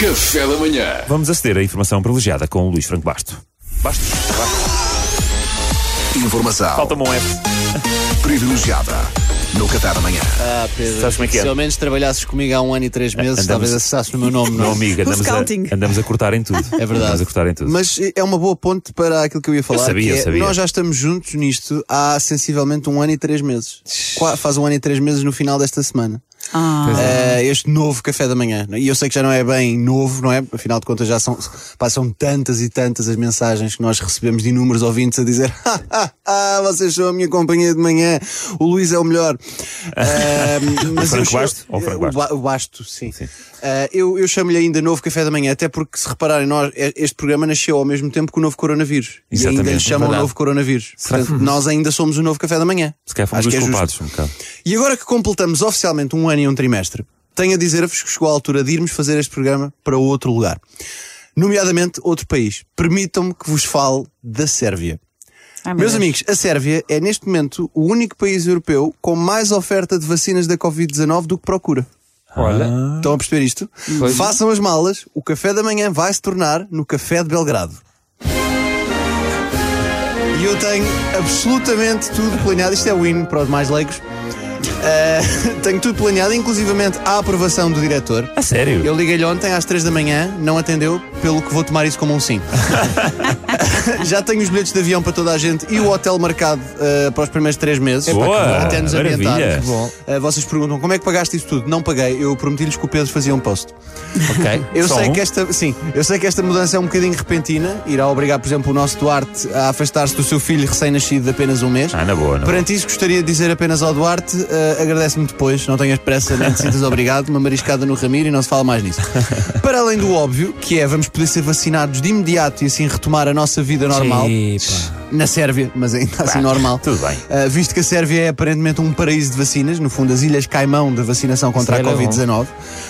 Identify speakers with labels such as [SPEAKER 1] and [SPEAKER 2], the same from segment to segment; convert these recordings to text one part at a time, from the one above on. [SPEAKER 1] Café da manhã.
[SPEAKER 2] Vamos aceder à informação privilegiada com o Luís Franco Basto. Bastos? Bastos.
[SPEAKER 1] Informação
[SPEAKER 2] Falta-me um F.
[SPEAKER 1] privilegiada no Café da manhã.
[SPEAKER 3] Ah, Pedro,
[SPEAKER 2] Sabes como é que é?
[SPEAKER 3] se ao menos trabalhasses comigo há um ano e três meses,
[SPEAKER 2] Andamos-
[SPEAKER 3] talvez acessasses o meu nome,
[SPEAKER 2] Não,
[SPEAKER 3] não?
[SPEAKER 2] amiga,
[SPEAKER 4] Who's
[SPEAKER 2] andamos
[SPEAKER 4] counting?
[SPEAKER 2] a, andamos a cortar em tudo.
[SPEAKER 3] É verdade.
[SPEAKER 2] Andamos a cortar em tudo.
[SPEAKER 3] Mas é uma boa ponte para aquilo que eu ia falar.
[SPEAKER 2] sabia, eu
[SPEAKER 3] que é,
[SPEAKER 2] sabia.
[SPEAKER 3] Nós já estamos juntos nisto há sensivelmente um ano e três meses. Qua- Faz um ano e três meses no final desta semana.
[SPEAKER 4] Ah,
[SPEAKER 2] é.
[SPEAKER 3] Eh, este novo café da manhã. E eu sei que já não é bem novo, não é? Afinal de contas, já são, passam tantas e tantas as mensagens que nós recebemos de inúmeros ouvintes a dizer: "Ah, ah, ah, vocês são a minha companhia de manhã, o Luís é o melhor. Eh, mas
[SPEAKER 2] Franco
[SPEAKER 3] eu chamo-
[SPEAKER 2] Basto? Ou Franco Basto?
[SPEAKER 3] Ah, O Ba- o Basto, sim. Eh, eu eu chamo-lhe ainda novo café da manhã, até porque se repararem, nós, e- este programa nasceu ao mesmo tempo que o novo coronavírus. E ainda lhe
[SPEAKER 2] Exatamente, é
[SPEAKER 3] chamam
[SPEAKER 2] verdade.
[SPEAKER 3] novo coronavírus.
[SPEAKER 2] Será que-
[SPEAKER 3] Portanto, nós ainda somos o novo café da manhã.
[SPEAKER 2] Se calhar fomos
[SPEAKER 3] Acho
[SPEAKER 2] os
[SPEAKER 3] que é justo.
[SPEAKER 2] culpados um bocado.
[SPEAKER 3] E agora que completamos oficialmente um ano e um trimestre, tenho a dizer-vos que chegou a altura de irmos fazer este programa para outro lugar. Nomeadamente outro país. Permitam-me que vos fale da Sérvia.
[SPEAKER 4] ai, Ah, meu
[SPEAKER 3] Meus
[SPEAKER 4] Deus.
[SPEAKER 3] amigos, a Sérvia é neste momento o único país europeu com mais oferta de vacinas da Covid-19 do que procura.
[SPEAKER 5] Olha,
[SPEAKER 3] Estão a perceber isto? Façam as malas, o café da manhã vai se tornar no Café de Belgrado. E eu tenho absolutamente tudo planeado. Isto é o hino para os mais leigos. Uh, tenho tudo planeado, inclusivamente a aprovação do diretor.
[SPEAKER 2] Ah, A sério?
[SPEAKER 3] Eu liguei-lhe ontem às 3 da manhã, não atendeu, pelo que vou tomar isso como um sim. Já tenho os bilhetes de avião para toda a gente e o hotel marcado uh, para os primeiros 3 meses.
[SPEAKER 2] Boa,
[SPEAKER 3] até nos
[SPEAKER 2] maravilha.
[SPEAKER 3] ambientar.
[SPEAKER 2] Que
[SPEAKER 5] bom.
[SPEAKER 3] Uh, vocês perguntam como é que pagaste isso tudo? Não paguei, eu prometi-lhes que o Pedro fazia um post.
[SPEAKER 5] ok.
[SPEAKER 3] Eu
[SPEAKER 2] Só
[SPEAKER 3] sei,
[SPEAKER 2] um?
[SPEAKER 3] que é esta, sim, eu sei que esta mudança é um bocadinho repentina, irá obrigar, por exemplo, o nosso Duarte a afastar-se do seu filho recém-nascido de apenas um mês.
[SPEAKER 2] Ah, na boa, na boa.
[SPEAKER 3] Perante isso, gostaria de dizer apenas ao Duarte: eh, agradece-me depois, não tenhas pressa, nem te sintas obrigado, uma mariscada no Ramiro e não se fala mais nisso. Para além do óbvio, que é vamos poder ser vacinados de imediato e assim retomar a nossa vida normal.
[SPEAKER 5] Epa.
[SPEAKER 3] Na Sérvia, mas ainda assim normal.
[SPEAKER 2] tudo bem.
[SPEAKER 3] Eh, visto que a Sérvia é aparentemente um paraíso de vacinas, no fundo, as Ilhas Caimão da vacinação contra
[SPEAKER 2] é
[SPEAKER 5] Isso
[SPEAKER 3] a
[SPEAKER 5] era bom.
[SPEAKER 3] Covid-19.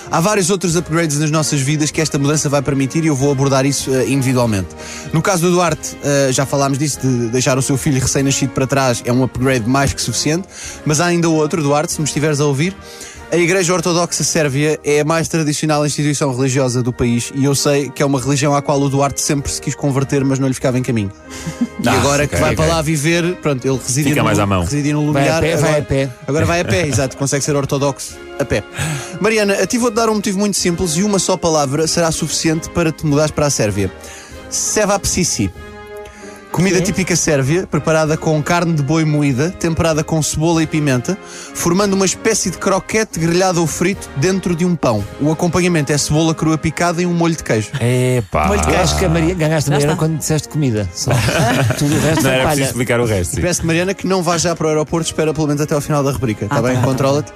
[SPEAKER 3] Há vários outros upgrades nas nossas vidas que esta mudança vai permitir e eu vou abordar isso eh, individualmente. No caso do Duarte, eh, já falámos disso, de deixar o seu filho recém-nascido para trás é um upgrade mais que suficiente, mas há ainda outro, Duarte, se me estiveres a ouvir. A Igreja Ortodoxa Sérvia é a mais tradicional instituição religiosa do país e eu sei que é uma religião à qual o Duarte sempre se quis converter, mas não lhe ficava em caminho. E
[SPEAKER 2] Ah,
[SPEAKER 3] agora que
[SPEAKER 2] ok,
[SPEAKER 3] vai
[SPEAKER 2] ok.
[SPEAKER 3] para lá viver, pronto, ele reside
[SPEAKER 2] Fica
[SPEAKER 3] no,
[SPEAKER 2] mais à mão.
[SPEAKER 3] reside no
[SPEAKER 5] Vai a
[SPEAKER 3] Lumiar,
[SPEAKER 5] pé,
[SPEAKER 3] agora,
[SPEAKER 5] vai a pé.
[SPEAKER 3] Agora vai a pé, exato, consegue ser ortodoxo a pé. Mariana, a ti vou-te dar um motivo muito simples e uma só palavra será suficiente para te mudares para a Sérvia. Sevapsisi. Comida típica sérvia, preparada com carne de boi moída, temperada com cebola e pimenta, formando uma espécie de croquete grelhado ou frito dentro de um pão. O acompanhamento é cebola crua picada e um molho de queijo.
[SPEAKER 5] Epá.
[SPEAKER 4] Molho de
[SPEAKER 5] Eu
[SPEAKER 4] queijo.
[SPEAKER 3] é
[SPEAKER 5] acho que a Maria, ganhaste a
[SPEAKER 4] Já
[SPEAKER 5] Mariana
[SPEAKER 4] está.
[SPEAKER 5] quando disseste comida. Só. Tudo o resto
[SPEAKER 2] Não
[SPEAKER 5] é
[SPEAKER 2] era preciso
[SPEAKER 5] palha.
[SPEAKER 2] explicar o resto. sim.
[SPEAKER 3] Peço-te, Mariana, que não vás já para o aeroporto, espera pelo menos até ao final da rubrica, está
[SPEAKER 4] Ah,
[SPEAKER 3] bem?
[SPEAKER 4] tá.
[SPEAKER 3] Controla-te.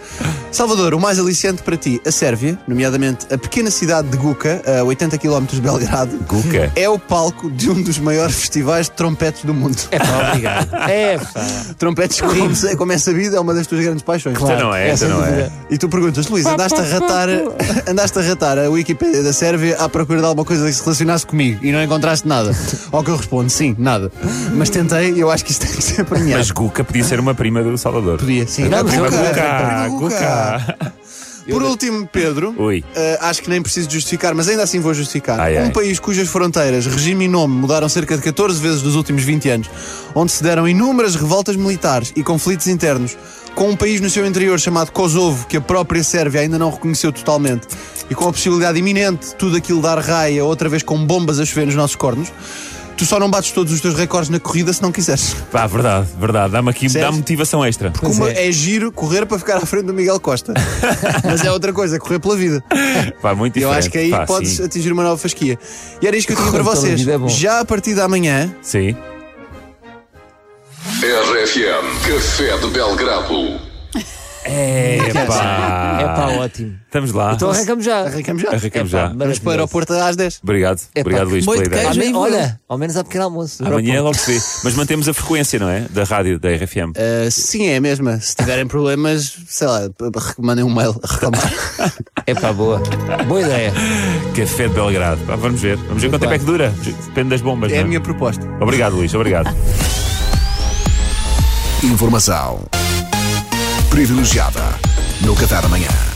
[SPEAKER 3] Salvador, o mais aliciante para ti, a Sérvia, nomeadamente a pequena cidade de Guka, a 80 km de Belgrado,
[SPEAKER 2] Guka.
[SPEAKER 3] é o palco de um dos maiores festivais de trompetes do mundo.
[SPEAKER 2] É
[SPEAKER 5] Epá, obrigado. Epá.
[SPEAKER 3] Trompetes, como, sei- como é sabido, é uma das tuas grandes paixões.
[SPEAKER 2] Esta não é, esta
[SPEAKER 5] sem
[SPEAKER 2] não é.
[SPEAKER 5] dúvida.
[SPEAKER 3] E tu perguntas, Luís, andaste a ratar, andaste a ratar a Wikipédia da Sérvia à procura de alguma coisa que se relacionasse comigo e não encontraste nada. Ao que eu respondo, sim, nada. Mas tentei e eu acho que isto tem que ser premiado.
[SPEAKER 2] Mas Guca podia ser uma prima do Salvador.
[SPEAKER 3] Podia, sim.
[SPEAKER 2] Uma
[SPEAKER 5] Não, mas
[SPEAKER 2] prima
[SPEAKER 5] eu quero-
[SPEAKER 2] Guca.
[SPEAKER 3] Prima
[SPEAKER 2] Guca.
[SPEAKER 3] Por último, Pedro,
[SPEAKER 2] Oi.
[SPEAKER 3] eh, acho que nem preciso justificar, mas ainda assim vou justificar.
[SPEAKER 2] Ai,
[SPEAKER 3] um
[SPEAKER 2] ai.
[SPEAKER 3] país cujas fronteiras, regime e nome mudaram cerca de 14 vezes nos últimos 20 anos, onde se deram inúmeras revoltas militares e conflitos internos, com um país no seu interior chamado Kosovo, que a própria Sérvia ainda não reconheceu totalmente, e com a possibilidade iminente de tudo aquilo dar raia, outra vez com bombas a chover nos nossos cornos. Tu só não bates todos os teus recordes na corrida se não quiseres.
[SPEAKER 2] Pá, verdade, verdade. Dá-me aqui
[SPEAKER 3] Percebes?
[SPEAKER 2] dá motivação extra.
[SPEAKER 3] Uma é. giro correr para ficar à frente do Miguel Costa. Mas é outra coisa, correr pela vida.
[SPEAKER 2] Pá, muito
[SPEAKER 3] Eu
[SPEAKER 2] diferente.
[SPEAKER 3] acho que aí
[SPEAKER 2] Pá,
[SPEAKER 3] podes
[SPEAKER 2] sim.
[SPEAKER 3] atingir uma nova fasquia. E era isto que eu tinha para
[SPEAKER 5] Correr pela
[SPEAKER 3] vocês.
[SPEAKER 5] vida é bom.
[SPEAKER 3] Já a partir da manhã,
[SPEAKER 2] Sim.
[SPEAKER 1] RFM Café de Belgrado.
[SPEAKER 2] Epá.
[SPEAKER 5] Epá, É ótimo.
[SPEAKER 2] Estamos lá.
[SPEAKER 5] Então
[SPEAKER 3] é
[SPEAKER 5] arrancamos já.
[SPEAKER 3] Ah.
[SPEAKER 5] É
[SPEAKER 3] arrancamos já.
[SPEAKER 2] Arrancamos já.
[SPEAKER 3] Vamos para o aeroporto às 10.
[SPEAKER 2] Obrigado. Obrigado, Luís,
[SPEAKER 4] molho
[SPEAKER 2] pela
[SPEAKER 4] de
[SPEAKER 2] ideia.
[SPEAKER 4] queijo.
[SPEAKER 5] Amanhã-
[SPEAKER 4] Nem vou.
[SPEAKER 5] Olha, ao menos há pequeno almoço.
[SPEAKER 3] é
[SPEAKER 2] Amanhã é logo se vê. Mas mantemos a frequência, não é? Da rádio, da RFM.
[SPEAKER 3] Ah, sim, é a mesma. Se tiverem problemas, sei lá, p- p- mandem um mail a reclamar.
[SPEAKER 5] Epá, É boa. Boa ideia.
[SPEAKER 2] Café de Belgrado. Pá, vamos ver. Vamos ver quanto tempo é que dura. Depende das bombas.
[SPEAKER 3] é a
[SPEAKER 2] não é?
[SPEAKER 3] minha proposta.
[SPEAKER 2] Obrigado, Luís. Obrigado.
[SPEAKER 1] Informação privilegiada no Café da manhã.